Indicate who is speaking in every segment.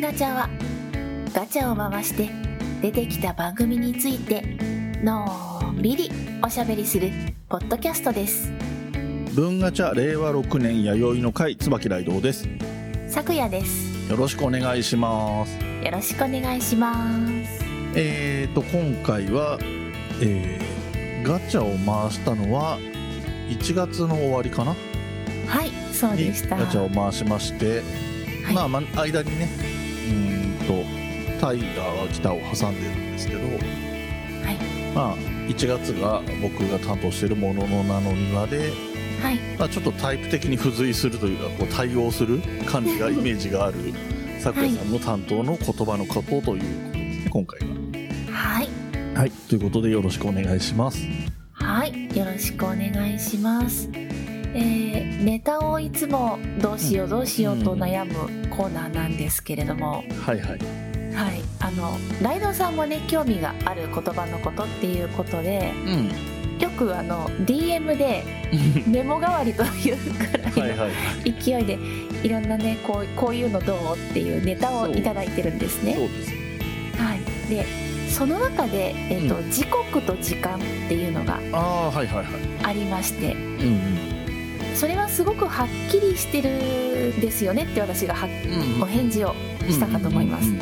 Speaker 1: ガチャはガチャを回して出てきた番組についてのんびりおしゃべりするポッドキャストです
Speaker 2: 文ガチャ令和6年弥生の会椿雷堂です
Speaker 1: さくやです
Speaker 2: よろしくお願いします
Speaker 1: よろしくお願いします
Speaker 2: えーと今回は、えーガチャを回したのは1月の終わりかな
Speaker 1: はいそう
Speaker 2: に
Speaker 1: で
Speaker 2: ガ
Speaker 1: し
Speaker 2: チ
Speaker 1: た
Speaker 2: ャを回しまして、
Speaker 1: はい
Speaker 2: まあ、ま間にねうーんとタイガーは北を挟んでるんですけど、
Speaker 1: はい
Speaker 2: まあ1月が僕が担当しているものの名の庭で、
Speaker 1: はい
Speaker 2: まあ、ちょっとタイプ的に付随するというかこう対応する感じがイメージがあるさくらさんの担当の言葉のことということですね今回は。
Speaker 1: はい
Speaker 2: はい、ということでよろしくお願いします。
Speaker 1: はいよろしくお願いしますえーネタをいつもどうしようどうしようと悩むコーナーなんですけれども、
Speaker 2: はいはい、
Speaker 1: はい、あのライドさんもね興味がある言葉のことっていうことで
Speaker 2: うん、
Speaker 1: よくあの DM でメモ代わりというくら
Speaker 2: はい
Speaker 1: い
Speaker 2: はい
Speaker 1: の勢いでいろんなねこうこういうのどうっていうネタをいただいてるんです
Speaker 2: そう
Speaker 1: ね。
Speaker 2: です
Speaker 1: はい、でその中で、えっと
Speaker 2: う
Speaker 1: 時刻と時間っていうのが
Speaker 2: ああーはいはいはい
Speaker 1: ありまして
Speaker 2: うん
Speaker 1: それはすごくはっきりしてるんですよねって私がは
Speaker 2: うん
Speaker 1: お返事をしたかと思います
Speaker 2: うん。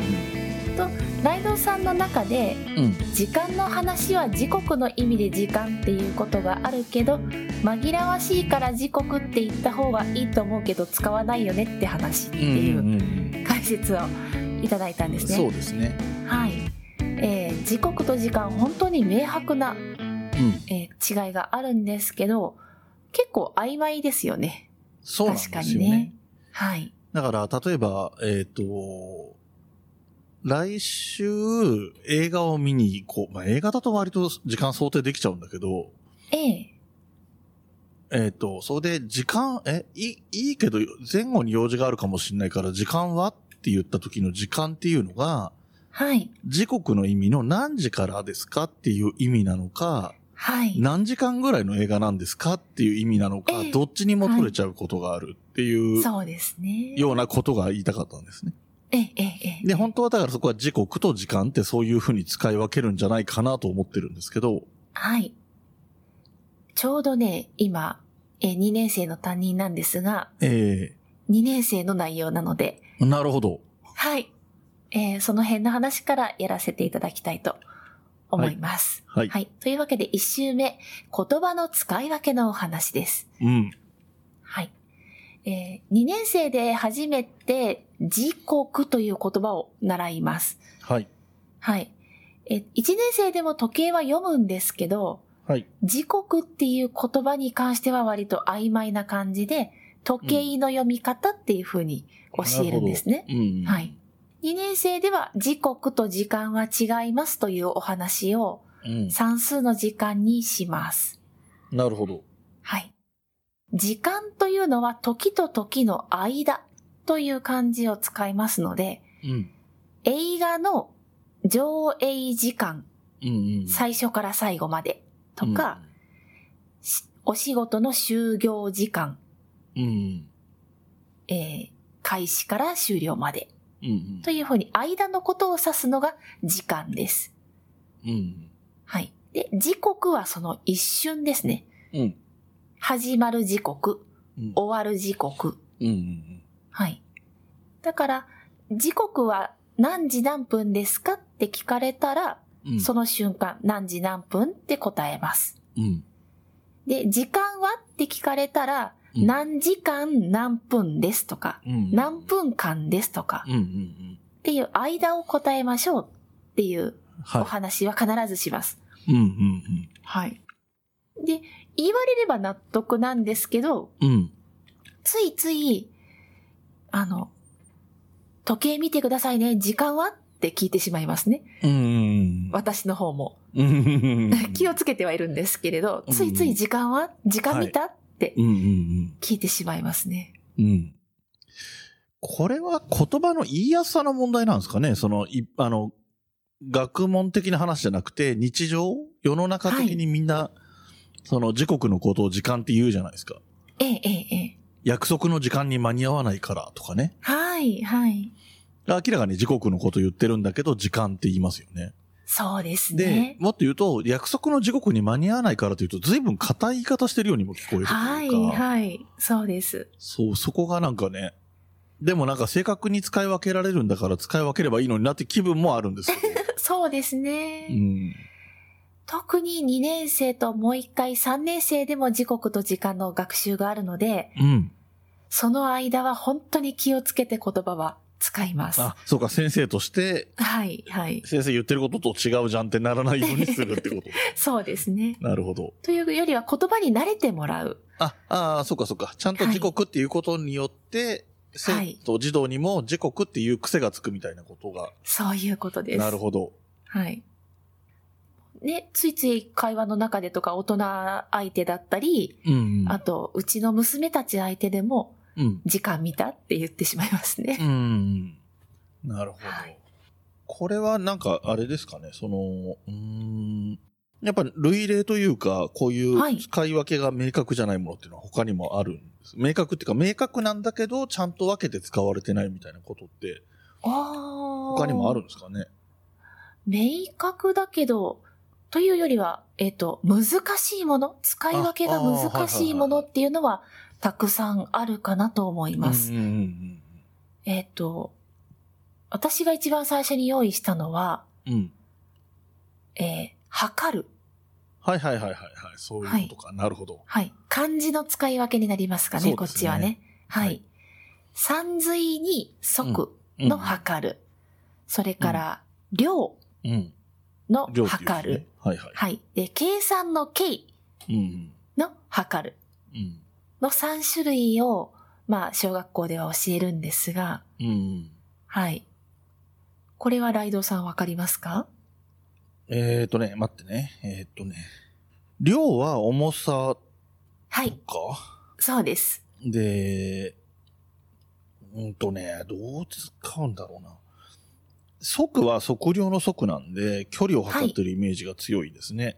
Speaker 1: ライドさんの中で
Speaker 2: うんうん
Speaker 1: 時間の話は時刻の意味で時間っていうことがあるけど紛らわしいから時刻って言った方がいいと思うけど使わないよねって話ってい
Speaker 2: うん
Speaker 1: う
Speaker 2: うんうん
Speaker 1: 解説をいただいたんですね。
Speaker 2: そうですね。
Speaker 1: はいえー時刻と時間本当に明白な、
Speaker 2: うん、
Speaker 1: えー違いがあるんですけど結構曖昧ですよね。
Speaker 2: そうなんですよ
Speaker 1: 確かにね
Speaker 2: ね。
Speaker 1: はい、
Speaker 2: だから、例えば、えっ、と、来週映画を見に行こう。まあ、映画だと割と時間想定できちゃうんだけど、
Speaker 1: ええ
Speaker 2: えっ、と、それで時間、え、いい、いいけど前後に用事があるかもしれないから時間はって言った時の時間っていうのが、
Speaker 1: はい
Speaker 2: 時刻の意味の何時からですかっていう意味なのか、
Speaker 1: はい
Speaker 2: 何時間ぐらいの映画なんですかっていう意味なのか
Speaker 1: ええ、
Speaker 2: どっちにも取れちゃうことがあるっていう
Speaker 1: そうですね。
Speaker 2: ようなことが言いたかったんですね。
Speaker 1: ええええええ
Speaker 2: で、本当はだからそこは時刻と時間ってそういう風に使い分けるんじゃないかなと思ってるんですけど、
Speaker 1: はい。ちょうどね、今、えー、2年生の担任なんですが、
Speaker 2: え
Speaker 1: 2年生の内容なので、
Speaker 2: ー、なるほど。
Speaker 1: はい。えーその辺の話からやらせていただきたいと思います。
Speaker 2: は。
Speaker 1: はいい。というわけで1週目、言葉の使い分けのお話です。
Speaker 2: うん。
Speaker 1: はい。え2年生で初めて時刻という言葉を習います。
Speaker 2: はい。
Speaker 1: はい。え1年生でも時計は読むんですけど、
Speaker 2: はい。
Speaker 1: 時刻っていう言葉に関しては割と曖昧な感じで、時計の読み方っていう風に教えるんですね。
Speaker 2: うん。
Speaker 1: はい。2年生では時刻と時間は違いますというお話を
Speaker 2: うん。
Speaker 1: 算数の時間にします。
Speaker 2: なるほど。
Speaker 1: はい。時間というのは時と時の間という漢字を使いますので、
Speaker 2: うん。
Speaker 1: 映画の上映時間、
Speaker 2: うんうん。
Speaker 1: 最初から最後までとか、しお仕事の就業時間、
Speaker 2: うん、うん。
Speaker 1: えー開始から終了まで
Speaker 2: うん。うん。
Speaker 1: というふうに間のことを指すのが時間です。
Speaker 2: うん。
Speaker 1: はい。で、時刻はその一瞬ですね。
Speaker 2: うん。
Speaker 1: 始まる時刻、
Speaker 2: うん。
Speaker 1: 終わる時刻。
Speaker 2: うん。うん。
Speaker 1: はい。だから、時刻は何時何分ですかって聞かれたら、
Speaker 2: うん。
Speaker 1: その瞬間何時何分って答えます。
Speaker 2: うん。
Speaker 1: で、時間はって聞かれたら、
Speaker 2: うん
Speaker 1: 何時間何分ですとか、
Speaker 2: うん。
Speaker 1: 何分間ですとか
Speaker 2: うん。うん。うん。
Speaker 1: っていう間を答えましょうっていうお
Speaker 2: は
Speaker 1: 話は必ずします。
Speaker 2: い。うん。うん。
Speaker 1: はい。で、言われれば納得なんですけど、
Speaker 2: うん。うん。
Speaker 1: ついつい、あの、時計見てくださいね、時間はって聞いてしまいますね。
Speaker 2: うん。
Speaker 1: 私の方も。
Speaker 2: うん。
Speaker 1: 気をつけてはいるんですけれど、ついつい時間は時間見たって
Speaker 2: うん。うん。うん。
Speaker 1: 聞いてしまいますね。
Speaker 2: うん。これは言葉の言いやすさの問題なんですかねその、い、あの、学問的な話じゃなくて、日常世の中的にみんな、その時刻のことを時間って言うじゃないですか。
Speaker 1: ええええええ。
Speaker 2: 約束の時間に間に合わないからとかね。
Speaker 1: はい、はい。
Speaker 2: 明らかに時刻のこと言ってるんだけど、時間って言いますよね。
Speaker 1: そうです
Speaker 2: で、
Speaker 1: ね。
Speaker 2: もっと言うと、約束の時刻に間に合わないからというと、随分硬い言い方してるようにも聞こえるというか。
Speaker 1: はい、はい。そうです。
Speaker 2: そう、そこがなんかね、でもなんか正確に使い分けられるんだから使い分ければいいのになって気分もあるんです けど。
Speaker 1: そうですね。
Speaker 2: うん。
Speaker 1: 特に2年生ともう1回3年生でも時刻と時間の学習があるので、
Speaker 2: うん。
Speaker 1: その間は本当に気をつけて言葉は使います。
Speaker 2: あ、そうか、先生として、
Speaker 1: はい、はい。
Speaker 2: 先生言ってることと違うじゃんってならないようにするって こと。
Speaker 1: そうですね。
Speaker 2: なるほど。
Speaker 1: というよりは言葉に慣れてもらう。
Speaker 2: あ、ああ、そうかそうか。ちゃんと時刻っていうことによって、
Speaker 1: はい
Speaker 2: 生徒、児童にも時刻っていう癖がつくみたいなことが。
Speaker 1: そういうことです。
Speaker 2: なるほど。
Speaker 1: はい。ね、ついつい会話の中でとか大人相手だったり、
Speaker 2: うん
Speaker 1: あと、うちの娘たち相手でも、
Speaker 2: うん。
Speaker 1: 時間見たって言ってしまいますね。
Speaker 2: うん。なるほど。
Speaker 1: はい
Speaker 2: これはなんか、あれですかね、その、うーん。やっぱ類例というか、こうい
Speaker 1: はいう
Speaker 2: 使い分けが明確じゃないものっていうのは他にもあるんです。明確っていうか、明確なんだけど、ちゃんと分けて使われてないみたいなことって、
Speaker 1: 他
Speaker 2: 他にもあるんですかね。
Speaker 1: 明確だけど、というよりは、えっ、と、難しいもの、使い分けが難しいものっていうのは、たくさんあるかなと思います。
Speaker 2: うんうんうん
Speaker 1: えっ、と、私が一番最初に用意したのは、
Speaker 2: うん。うん。
Speaker 1: えー、測る。
Speaker 2: はいはいはいはいはい。そういうことか。なるほど。
Speaker 1: はい。漢字の使い分けになりますかね、
Speaker 2: そうですね
Speaker 1: こっちはね。はい。
Speaker 2: はい
Speaker 1: 三髄に即
Speaker 2: うん
Speaker 1: の測る。それから、量
Speaker 2: うん。
Speaker 1: の
Speaker 2: 量っていう
Speaker 1: 測る。
Speaker 2: ね。はいはい。
Speaker 1: はい。で、計算の計
Speaker 2: うん
Speaker 1: の測る。
Speaker 2: うん。
Speaker 1: の3種類を、まあ、小学校では教えるんですが、
Speaker 2: うん。うん。
Speaker 1: はい。これはライドさんわかりますか
Speaker 2: えっ、ー、とね、待ってね。えっ、ー、とね。量は重さ
Speaker 1: はい、
Speaker 2: か。
Speaker 1: そうです。
Speaker 2: で、うんとね、どう使うんだろうな。速は測量の速なんで、距離を測ってるイメージが強いですね。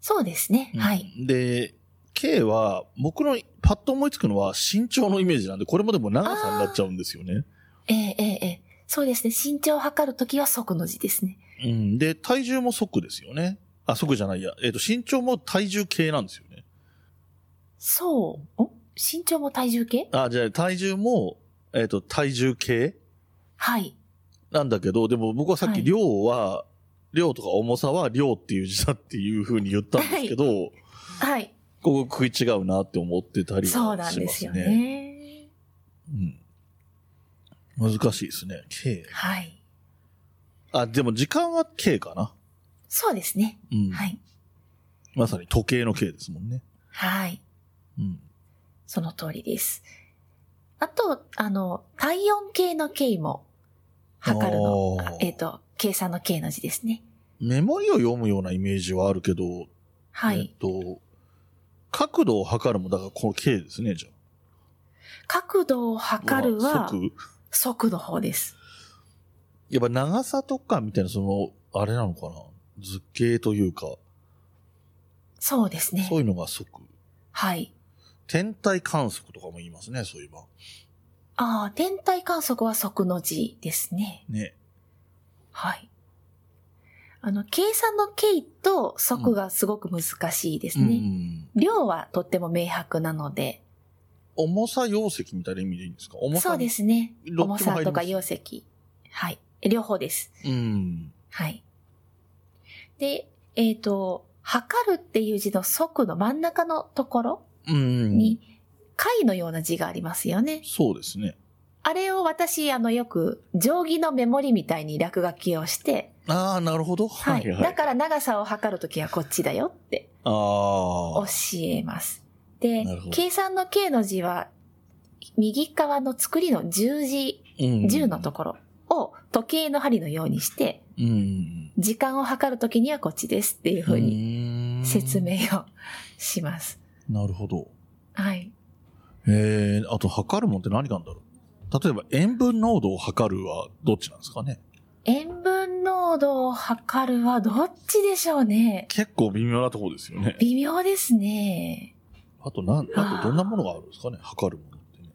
Speaker 1: そうですね。
Speaker 2: うん
Speaker 1: はい。。
Speaker 2: で、K は、僕のパッと思いつくのは身長のイメージなんで、これもでも長さになっちゃうんですよね。
Speaker 1: ええええええそうですね。身長を測るときは即の字ですね。
Speaker 2: うん。で、体重も即ですよね。あ、即じゃないや。えっ、と、身長も体重計なんですよね。
Speaker 1: そう。ん身長も体重計
Speaker 2: あ、じゃあ体重も、えっ、と、体重計
Speaker 1: はい。
Speaker 2: なんだけど、でも僕はさっ
Speaker 1: は
Speaker 2: き
Speaker 1: い
Speaker 2: 量は、量とか重さは量っていう字だっていう風に言ったんですけど、
Speaker 1: はい。
Speaker 2: ここ食い違うなって思ってたりはしますね。
Speaker 1: そうなんですよね。
Speaker 2: うん。難しいですね。K。
Speaker 1: はい。
Speaker 2: あ、でも時間は K かな。
Speaker 1: そうですね。
Speaker 2: うん。
Speaker 1: はい。
Speaker 2: まさに時計の K ですもんね。
Speaker 1: はい。
Speaker 2: うん。
Speaker 1: その通りです。あと、あの、体温計の計も、測るの
Speaker 2: おー、
Speaker 1: あえっ、と、計算の計の字ですね。
Speaker 2: メモリを読むようなイメージはあるけど、
Speaker 1: は
Speaker 2: えっ
Speaker 1: い。
Speaker 2: と、角度を測るも、だからこの K ですね、じゃ
Speaker 1: 角度を
Speaker 2: あ。
Speaker 1: 測るは、
Speaker 2: 即
Speaker 1: 速の方です。
Speaker 2: やっぱ長さとかみたいな、その、あれなのかな図形というか、
Speaker 1: そうですね
Speaker 2: そ。ういうのが即。
Speaker 1: はい。
Speaker 2: 天体観測とかも言いますね、そういえば。
Speaker 1: ああ、天体観測は速の字ですね。
Speaker 2: ね。
Speaker 1: はい。あの、計算の計と速がすごく難しいです
Speaker 2: うんう
Speaker 1: ね。
Speaker 2: ん。
Speaker 1: 量はとっても明白なので、
Speaker 2: 重さ容積みたいな意味でいいんですか重さ。。
Speaker 1: そうですすね。
Speaker 2: どっ
Speaker 1: 重
Speaker 2: ち
Speaker 1: さ
Speaker 2: も入ります
Speaker 1: とか容積。はい。両方です。
Speaker 2: うん。
Speaker 1: はい。で、えっ、と、測るっていう字の即の真ん中のところ
Speaker 2: うん。
Speaker 1: に、解のような字がありますよね。
Speaker 2: そうですね。
Speaker 1: あれを私、あの、よく、定規のメモリみたいに落書きをして、
Speaker 2: ああ、なるほど。
Speaker 1: は。
Speaker 2: はいいはい。
Speaker 1: だから長さを測るときはこっちだよって
Speaker 2: あ
Speaker 1: 教
Speaker 2: あ。
Speaker 1: えます。で
Speaker 2: なるほ、ど
Speaker 1: 計算の計の字は、右側の作りの十字、
Speaker 2: うん
Speaker 1: 十のところを時計の針のようにして、
Speaker 2: うんうん
Speaker 1: 時間を測るときにはこっちですっていう
Speaker 2: うん。
Speaker 1: ふうに
Speaker 2: に
Speaker 1: 説。明をします。
Speaker 2: なるほど。
Speaker 1: はい。
Speaker 2: えー、あと測るもんって何があるんだろう例えば塩分濃度を測るはどっちなんですかね
Speaker 1: 塩分濃度を測るはどっちでしょうね。
Speaker 2: 結構微妙なところですよね。
Speaker 1: 微妙ですね。
Speaker 2: あとなん、あとどんなものがあるんですかね測るものってね。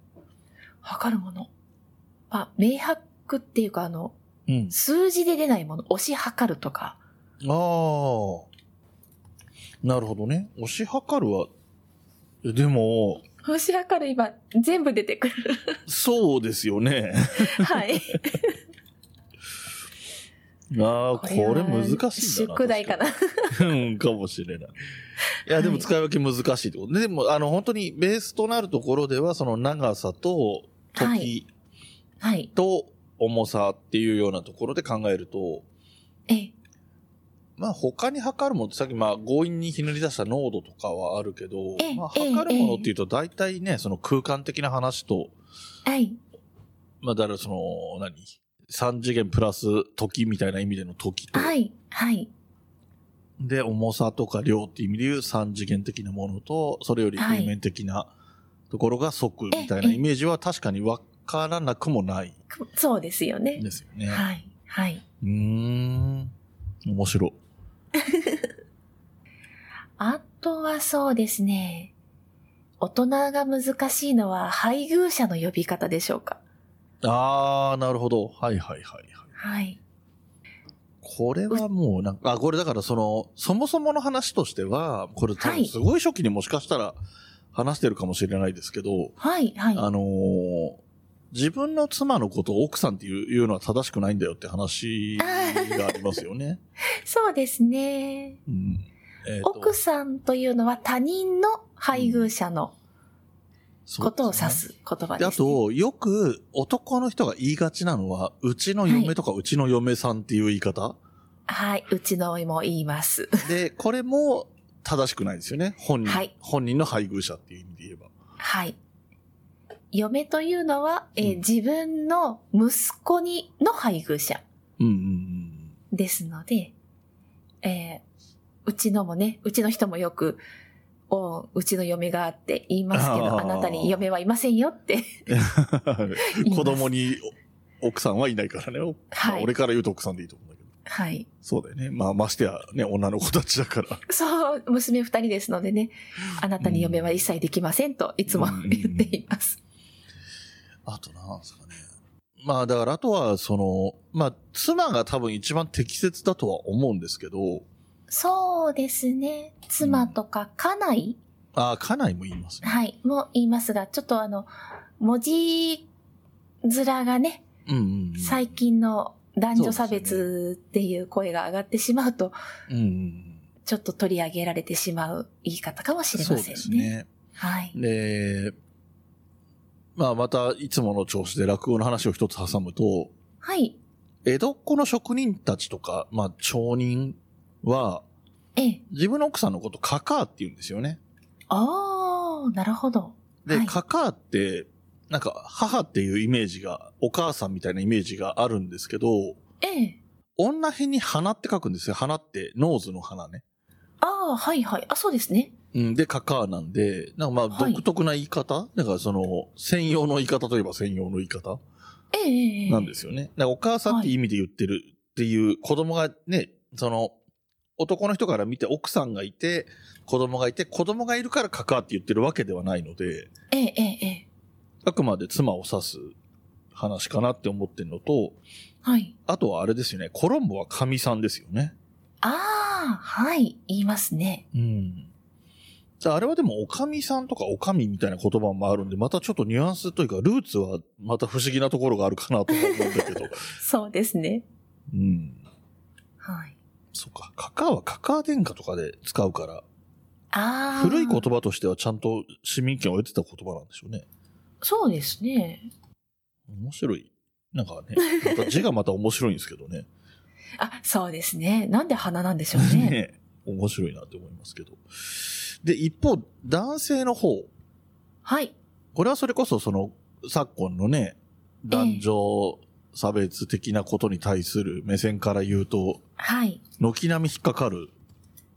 Speaker 1: 測るもの。まあ、明白格っていうか、あの、
Speaker 2: うん。
Speaker 1: 数字で出ないもの、押し量るとか。
Speaker 2: ああ。なるほどね。推し量るは、えでも、
Speaker 1: 押し量る今、全部出てく る。
Speaker 2: そうですよね。
Speaker 1: はい。
Speaker 2: ああ、これ難しいんだな。
Speaker 1: 宿題かな。
Speaker 2: うん、かもしれない。いや、でも使い分け難しいってことね。でも、あの、本当にベースとなるところでは、その長さと
Speaker 1: は
Speaker 2: 時
Speaker 1: いはい。
Speaker 2: と重さっていうようなところで考えると、
Speaker 1: ええ、
Speaker 2: まあ他に測るものってさっきまあ強引にひねり出した濃度とかはあるけど
Speaker 1: ええ、
Speaker 2: まあ
Speaker 1: ええ
Speaker 2: 測るものっていうと大体ね、その空間的な話と、
Speaker 1: はい。
Speaker 2: まあだからその、何 ?3 次元プラス時みたいな意味での時と、
Speaker 1: はい。はい。
Speaker 2: で、重さとか量っていう意味でいう三次元的なものと、それより
Speaker 1: はい
Speaker 2: 平面的なところが即みたい
Speaker 1: え
Speaker 2: な
Speaker 1: え
Speaker 2: イメージは確かにわからなくもない
Speaker 1: くそうですよね
Speaker 2: ん。ですよね。
Speaker 1: はい。はい。
Speaker 2: うーん。面白い。
Speaker 1: あとはそうですね。大人が難しいのは配偶者の呼び方でしょうか。
Speaker 2: あー、なるほど。はいはいはいはい。
Speaker 1: はい。
Speaker 2: これはもうなんか、あ、これだからその、そもそもの話としては、これ多
Speaker 1: は
Speaker 2: 分
Speaker 1: い
Speaker 2: すごい初期にもしかしたら話してるかもしれないですけど、
Speaker 1: はい。はい。
Speaker 2: あのー自分の妻のことを奥さんっていう言うのは正しくないんだよって話がありますよね。
Speaker 1: そうですね。
Speaker 2: うんえーと
Speaker 1: 奥さんというのは他人の配偶者のことを指。
Speaker 2: そうです
Speaker 1: 言葉
Speaker 2: すねで
Speaker 1: です、ね
Speaker 2: あと、よく男の人が言いがちなのは、うちの嫁とかうちの嫁さんっていう言い方、
Speaker 1: はい。うちのも言います。
Speaker 2: で、これも正しくないですよね。本人、
Speaker 1: はい
Speaker 2: 本人の配偶者っていう意味で言えば。
Speaker 1: はい。嫁というのは、えー
Speaker 2: うん
Speaker 1: 自分の息子にの配偶者
Speaker 2: うんうんうん。
Speaker 1: ですので、えーうちのもね、うちの人もよく、おううちの嫁があって言いますけ
Speaker 2: あ
Speaker 1: ど、
Speaker 2: ー
Speaker 1: あなたに嫁はいませんよって。ます
Speaker 2: 子供に奥さんはいないからね。ま
Speaker 1: は
Speaker 2: あ
Speaker 1: い
Speaker 2: 俺。から言うと奥さんでいいと思うんだけど。
Speaker 1: はい。
Speaker 2: そうだよね。まあ、ましてや、ね、女の子たちだから。
Speaker 1: そう、娘二人ですのでね、あなたに嫁は一切できませんといつも
Speaker 2: うん
Speaker 1: 言っています。
Speaker 2: あと、なんですかね。まあ、だから、あとは、その、まあ、妻が多分一番適切だとは思うんですけど、
Speaker 1: そうですね。妻とか家内、
Speaker 2: ああ、家内も言いますね。
Speaker 1: はい、も言いますが、ちょっとあの、文字面がね、
Speaker 2: うんうんうん。
Speaker 1: 最近の男女差
Speaker 2: そう
Speaker 1: 別っていう声が上がってしまうと、
Speaker 2: うんうんうん。
Speaker 1: ちょっと取り上げられてしまう言い方かもしれ
Speaker 2: そ
Speaker 1: ま
Speaker 2: う
Speaker 1: せん
Speaker 2: です
Speaker 1: ね。
Speaker 2: ね。
Speaker 1: はい。
Speaker 2: で、まあ、また、いつもの調子で落語の話を一つ挟むと、
Speaker 1: はい。
Speaker 2: 江戸っ子の職人たちとか、まあ、町人は、
Speaker 1: ええ。
Speaker 2: 自分の奥さんのこと、カカーって言うんですよね。
Speaker 1: ああ、なるほど。
Speaker 2: で、
Speaker 1: はい
Speaker 2: カカーって、なんか、母っていうイメージが、お母さんみたいなイメージがあるんですけど、
Speaker 1: ええ。
Speaker 2: 女辺に花って書くんですよ。花って、ノーズの花ね。
Speaker 1: ああ、はいはい。あ、そうですね。
Speaker 2: うん、で、カカーなんで、なんかまあ、
Speaker 1: はい
Speaker 2: 独特な言い方、だからその、専用の言い方といえば専用の言い方
Speaker 1: ええええ。。
Speaker 2: なんですすよね。だからお母さんって意味で言ってるっていう、子供がね、その、男の人から見て奥さんがいて、子供がいて、子供がいるからカカーって言ってるわけではないので、
Speaker 1: ええええええ。
Speaker 2: あくまで妻を指す話かなって思ってるのと、
Speaker 1: はい。
Speaker 2: あとはあれですよね、コロンボは神さんですよね。
Speaker 1: ああ、はい。言いますね。
Speaker 2: うん。あれはでも、おかみさんとかおかみみたいな言葉もあるんで、またちょっとニュアンスというか、ルーツはまた不思議なところがあるかなと思うんだけど。
Speaker 1: そうですね。
Speaker 2: うん。
Speaker 1: はい。
Speaker 2: そっか。カカーはカカー殿下とかで使うから、
Speaker 1: ああ。
Speaker 2: 古い言。葉としてはちゃんと市民権を得てた言葉なんでしょうね。
Speaker 1: そうですね。
Speaker 2: 面白い。なんかね、ま た字がまた面白いんですけどね。
Speaker 1: あ、そうですね。なんで花なんでしょうね。
Speaker 2: ね面白いなって思いますけど。で、一方、男性の方。
Speaker 1: はい。
Speaker 2: これはそれこそその、昨今のね、男女差別的なことに対する目線から言うと、
Speaker 1: はい。
Speaker 2: 軒並み引っかかる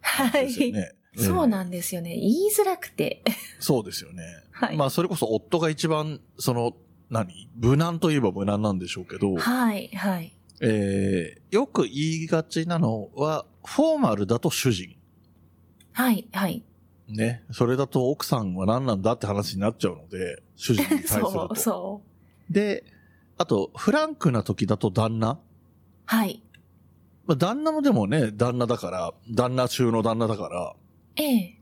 Speaker 1: は
Speaker 2: ですよ
Speaker 1: い。
Speaker 2: ね。
Speaker 1: そう
Speaker 2: え
Speaker 1: なんですよね。言いづらくて。
Speaker 2: えそうですよね。
Speaker 1: はい。
Speaker 2: まあ、それこそ夫が一番、その、何無難といえば無難なんでしょうけど、
Speaker 1: はい、はい。
Speaker 2: えーよく言いがちなのは、フォーマルだと主人。
Speaker 1: はい、はい。
Speaker 2: ね。それだと奥さんは何なんだって話になっちゃうので、主人に対す る
Speaker 1: そ
Speaker 2: と。
Speaker 1: う、そ
Speaker 2: で、あと、フランクな時だと旦那。
Speaker 1: はい。
Speaker 2: まあ、旦那もでもね、旦那だから、旦那中の旦那だから、
Speaker 1: ええ。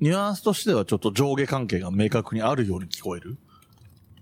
Speaker 2: ニュアンスとしてはちょっと上下関係が明確にあるように聞こえる。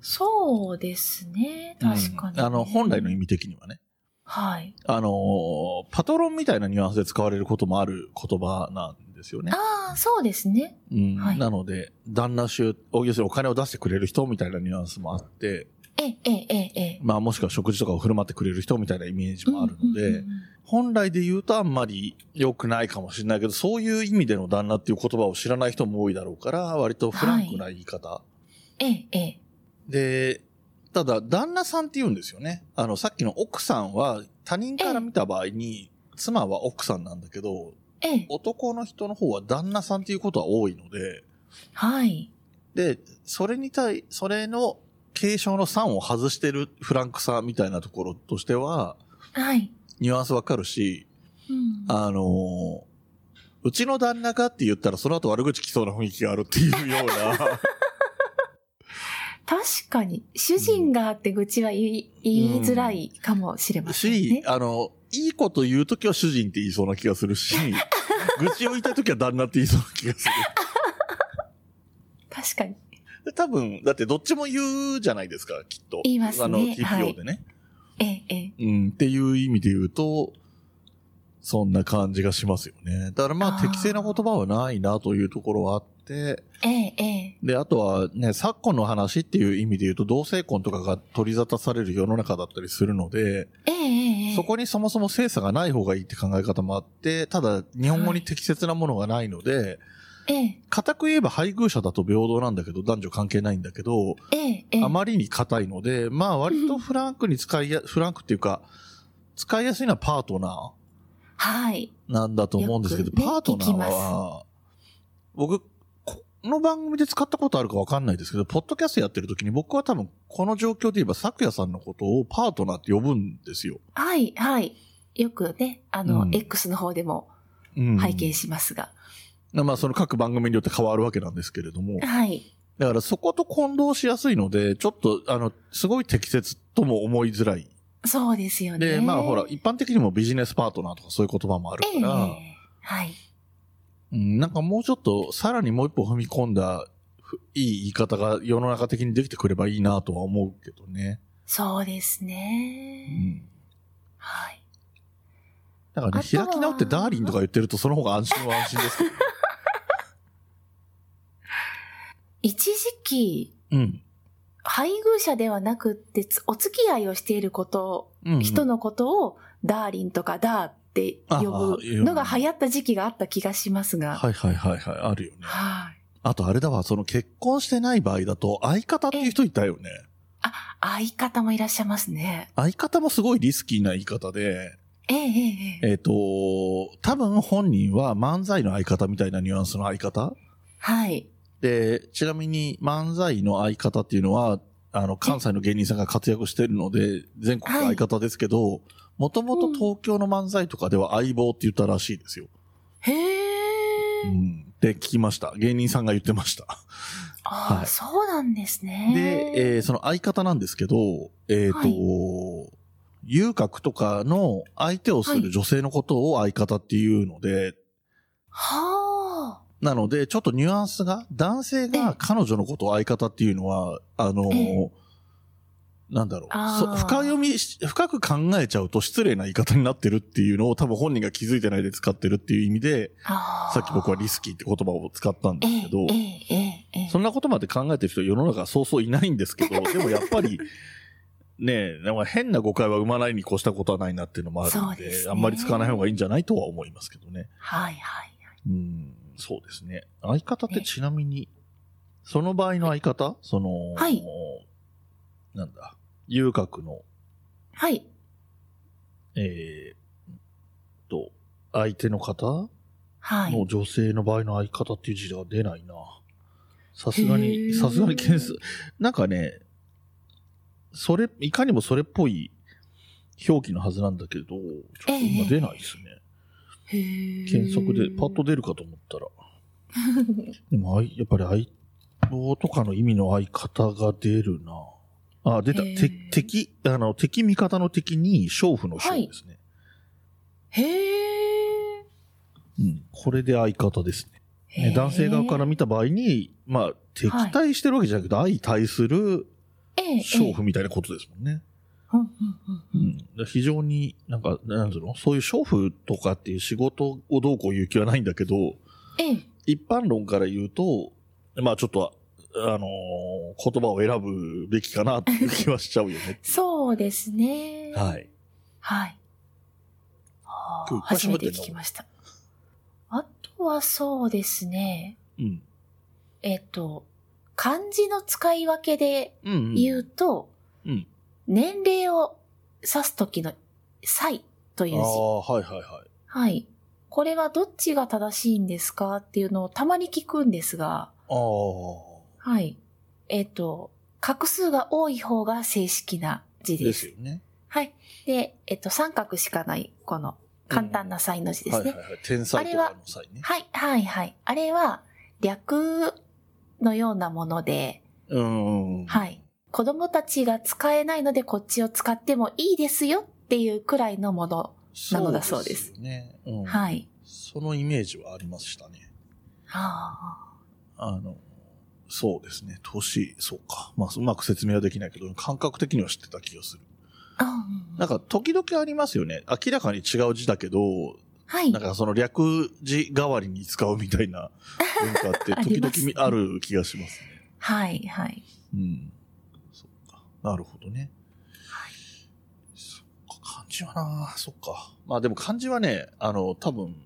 Speaker 1: そうですね。確かに、
Speaker 2: うんあの、本来の意。味的にはね。
Speaker 1: はい。
Speaker 2: あのーパトロンみたいなニュアンスで使われることもある言葉なんですよね。
Speaker 1: ああ、そうですね。
Speaker 2: うん
Speaker 1: はい
Speaker 2: なので、旦那衆、お要するにお金を出してくれる人みたいなニュアンスもあって、
Speaker 1: ええ、ええ、ええええ。
Speaker 2: まあもしくは食事とかを振る舞ってくれる人みたいなイメージもあるので、
Speaker 1: うんうんうんうん
Speaker 2: 本来で言うとあんまり良くないかもしれないけど、そういう意味での旦那っていう言葉を知らない人も多いだろうから、割とフランクな言い方。
Speaker 1: ええ、ええ。
Speaker 2: で、ただ、旦那さんって言うんですよね。あの、さっきの奥さんは、他人から見た場合に、妻は奥さんなんだけど、
Speaker 1: ええ、
Speaker 2: 男の人の方は旦那さんっていうことは多いので、
Speaker 1: はい。
Speaker 2: で、それに対、それの継承の3を外してるフランクさみたいなところとしては、
Speaker 1: はい。
Speaker 2: ニュアンスわかるし、
Speaker 1: うん、
Speaker 2: あのーうちの旦那がって言ったらその後悪口来そうな雰囲気があるっていうような。
Speaker 1: 確かに、主人があって愚痴は言い,、言いづらいかもしれ ません
Speaker 2: し
Speaker 1: ね、。
Speaker 2: あの、いいこと言うときは主人って言いそうな気がする し、愚痴を言いたいときは旦那って言いそうな気がす
Speaker 1: 確かに。
Speaker 2: る。多分、だってどっちも言うじゃないですか、きっと。
Speaker 1: 言いますね
Speaker 2: あの、
Speaker 1: はい
Speaker 2: TPO でね、
Speaker 1: ええ、ええ。
Speaker 2: うん、っていう意味で言うと、そんな感じがしますよね。だからま
Speaker 1: あ
Speaker 2: あ
Speaker 1: ー
Speaker 2: 適正な言葉はないなというところはあって、
Speaker 1: ええ、ええ。
Speaker 2: で、あとはね、昨今の話っていう意味で言うと同性婚とかが取り沙汰される世の中だったりするので、
Speaker 1: ええ、ええ。
Speaker 2: そこにそもそも精査がない方がいいって考え方もあって、ただ日本語に適切なものがないので、
Speaker 1: ええ、
Speaker 2: 固く言えば配偶者だと平等なんだけど、男女関係ないんだけど、
Speaker 1: ええ、ええ。
Speaker 2: あまりに硬いので、まあ割とフランクに使いや、フランクっていうか、使いやすいのはパートナ
Speaker 1: はい。
Speaker 2: ーなんだと思うんですけど、
Speaker 1: よくね
Speaker 2: パートナー
Speaker 1: 聞き
Speaker 2: は、僕、この番組で使ったことあるかわかんないですけど、ポッドキャストやってる時に僕は多分この状況で言えば、咲夜さんのことをパートナーって呼ぶんですよ。
Speaker 1: はい、はい。よくね、あの、
Speaker 2: うん
Speaker 1: X の方でも
Speaker 2: うん
Speaker 1: 拝見しますが。
Speaker 2: まあその各番組によって変わるわけなんですけれども、
Speaker 1: はい。
Speaker 2: だからそこと混同しやすいので、ちょっとあの、すごい適切とも思いづらい。
Speaker 1: そうですよね。
Speaker 2: で、まあほら、、一般的にもビジネスパートナーとかそういう言葉もある
Speaker 1: ええ
Speaker 2: から、
Speaker 1: はい。
Speaker 2: うん、なんかもうちょっと、さらにもう一歩踏み込んだ、ふいい言い方が世の中的にできてくればいいなとは思うけどね。
Speaker 1: そうです
Speaker 2: う
Speaker 1: ね。
Speaker 2: ん。
Speaker 1: はい。
Speaker 2: だからね、
Speaker 1: あとは
Speaker 2: 開き直ってダーリンとか言ってると、その方が安心は安心 ですけど。
Speaker 1: 一時期、
Speaker 2: うん。
Speaker 1: 配偶者ではなくって、つお付き合いをしていること、
Speaker 2: うん、うん。
Speaker 1: 人のことを、ダーリンとかダーって呼ぶのが
Speaker 2: ああ
Speaker 1: 流行った時期があった気がしますが。はい。
Speaker 2: はいはいはいはい、あるよね。あとあれだわ、その結婚してない場合だと、相方っていう人いたよね。
Speaker 1: 相方もいらっしゃいますね。
Speaker 2: 相方もすごいリスキーな言い方で、
Speaker 1: ええええええ。
Speaker 2: えっ、と、多分本人は漫才の相方みたいなニュアンスの相方
Speaker 1: はい。
Speaker 2: で、ちなみに漫才の相方っていうのは、あの、関西の芸人さんが活躍してるので、全国の相方ですけど、もともと東京の漫才とかでは相棒って言ったらしいですよ。
Speaker 1: へ
Speaker 2: う
Speaker 1: え。
Speaker 2: ん。で、聞きました。芸人さんが言ってました。
Speaker 1: ああ、
Speaker 2: はい
Speaker 1: そうなんですね。
Speaker 2: で、えーその相方なんですけど、えっ、と、
Speaker 1: は
Speaker 2: 遊郭とかの相手をす
Speaker 1: は
Speaker 2: る
Speaker 1: い
Speaker 2: 女性のことを相方っていうので、
Speaker 1: はあ。
Speaker 2: なので、ちょっとニュアンスが、男性
Speaker 1: ええ
Speaker 2: が彼女のことを相方っていうのは、あのー
Speaker 1: え
Speaker 2: なんだろ
Speaker 1: あ
Speaker 2: う
Speaker 1: ー
Speaker 2: そ深読みし、深く考えちゃうと失礼な言い方になってるっていうのを多分本人が気づいてないで使ってるっていう意味で、
Speaker 1: ああ
Speaker 2: さっき僕はリスキーって言葉を使ったん
Speaker 1: え
Speaker 2: で
Speaker 1: え
Speaker 2: すけど
Speaker 1: え、えええええ
Speaker 2: そんなことまで考えてる人世の中そうそういないんですけど、 でもやっぱり、ねえ、なんか変な誤解は生まないに越したことはないなっていうのもある
Speaker 1: そ
Speaker 2: の
Speaker 1: う
Speaker 2: で、
Speaker 1: ですね
Speaker 2: あんまり使わない方がいいんじゃないとは思いますけどね。
Speaker 1: はいはい。
Speaker 2: うん、そうですね。相方ってちなみに、その場合の相方その、
Speaker 1: はい
Speaker 2: なんだ、遊郭の、
Speaker 1: はい。
Speaker 2: えー、と、相手の方
Speaker 1: は
Speaker 2: の
Speaker 1: い。
Speaker 2: 女性の場合の相方っていう字は出ないな。さすが
Speaker 1: へー
Speaker 2: に、さすがに件数。なんかね、それ、いかにもそれっぽい表記のはずなんだけど、ちょっと
Speaker 1: ええ
Speaker 2: 今出ないですね。
Speaker 1: へえ
Speaker 2: 検索でパッと出るかと思ったら。でも、あいやっぱり相棒とかの意味の相方が出るな。あ、出た。
Speaker 1: へー
Speaker 2: て敵、あの、敵味方の敵に、娼婦の娼
Speaker 1: はい
Speaker 2: ですね、
Speaker 1: へー
Speaker 2: うん。これで相方ですね。
Speaker 1: へ
Speaker 2: ね
Speaker 1: ー。
Speaker 2: 男性側から見た場合に、まあ、敵対してるわけじゃなくて、相対する
Speaker 1: ええ、ええ
Speaker 2: 娼婦みたいなことですもんね。
Speaker 1: うんうんう
Speaker 2: うん
Speaker 1: うん
Speaker 2: ん。だから非常に、なんか、なんつうのそういう娼婦とかっていう仕事をどうこう言う気はないんだけど、
Speaker 1: ええ、。
Speaker 2: 一般論から言うと、まあちょっと、あのー言葉を選ぶべきかなっていう気はしちゃうよね
Speaker 1: そうですね。
Speaker 2: はい。
Speaker 1: はい。あー
Speaker 2: 今日いっぱい
Speaker 1: 初めて
Speaker 2: 喋って
Speaker 1: 聞
Speaker 2: んな
Speaker 1: きました。あとはそうですね。
Speaker 2: うん。
Speaker 1: えっと、漢字の使い分けで
Speaker 2: うん、うん。
Speaker 1: 言うと、
Speaker 2: うん。
Speaker 1: 年齢を指すときの歳という字。
Speaker 2: ああ、はいはいはい。
Speaker 1: はい。これはどっちが正しいんですかっていうのをたまに聞くんですが、
Speaker 2: ああ、
Speaker 1: はい。えっ、と、画数が多い方が正式な字です。
Speaker 2: ですよね。
Speaker 1: はい。で、えっ、と、三角しかない、この簡単なサインの字ですね。
Speaker 2: はいはいはい。天才とかの際ね。
Speaker 1: はい、はい、はい。あれは、略のようなもので、
Speaker 2: うん。
Speaker 1: はい。子供たちが使えないのでこっちを使ってもいいですよっていうくらいのもの。なのだそうです
Speaker 2: よね。うん。
Speaker 1: はい。
Speaker 2: そのイメージはありましたね。
Speaker 1: あ
Speaker 2: あの、そうですね。年、そうか。まあ、うまく説明はできないけど、感覚的には知ってた気がする。
Speaker 1: あ。うん
Speaker 2: なんか、時々ありますよね。明らかに違う字だけど、
Speaker 1: はい
Speaker 2: なん。かその略字代わりに使うみたいな文化っ て
Speaker 1: あ
Speaker 2: 時
Speaker 1: りますね
Speaker 2: 々ある気がしますね。
Speaker 1: はい、はい。
Speaker 2: うん。そっか。なるほどね。そっか、漢字はなそっか。まあでも漢字はね、あの、多分、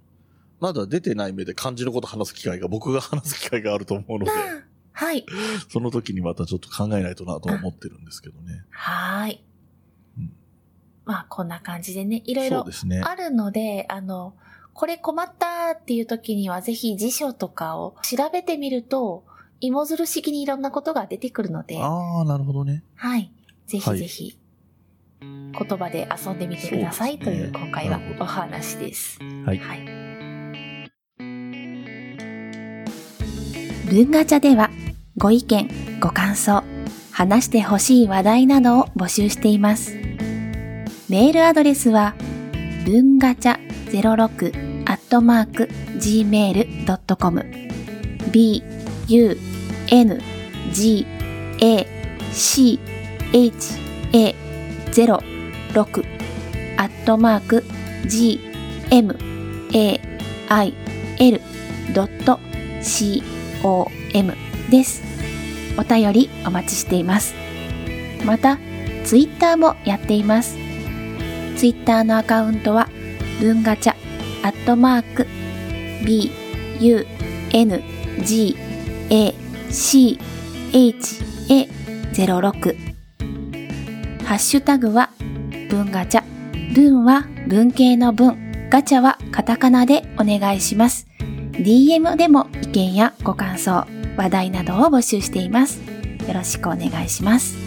Speaker 2: まだ出てない目で漢字のこと話す機会が、僕が話す機会があると思うので、
Speaker 1: はい。
Speaker 2: その時にまたちょっと考えないとなとは思ってるんですけどね。
Speaker 1: はーい
Speaker 2: うん。
Speaker 1: まあ、こんな感じでね、いろい
Speaker 2: そう
Speaker 1: ろ
Speaker 2: ですね。
Speaker 1: あるので、あの、これ困ったっていう時には、ぜひ辞書とかを調べてみると、芋づる式にいろんなことが出てくるので、
Speaker 2: ああ、なるほどね。
Speaker 1: はい。ぜ
Speaker 2: は
Speaker 1: ひ
Speaker 2: い
Speaker 1: ぜひ、言葉で遊んでみてくださいという
Speaker 2: そうですね
Speaker 1: 今回は
Speaker 2: なるほど
Speaker 1: お話です。
Speaker 2: はい
Speaker 1: ルンガチャではご意見、ご感想、話してほしい話題などを募集しています。メールアドレスは、文ガチャ06アットマーク gmail.com b u n g a c h a 06アットマーク g m a i l ドット c o m です。お便りお待ちしています。また、ツイッターもやっています。ツイッターのアカウントは、文ガチャ、アットマーク、b, u, n, g, a, c, h, a, 06。ハッシュタグは、文ガチャ。文は文系の文。ガチャはカタカナでお願いします。DM でも意見やご感想、話題などを募集しています。よろしくお願いします。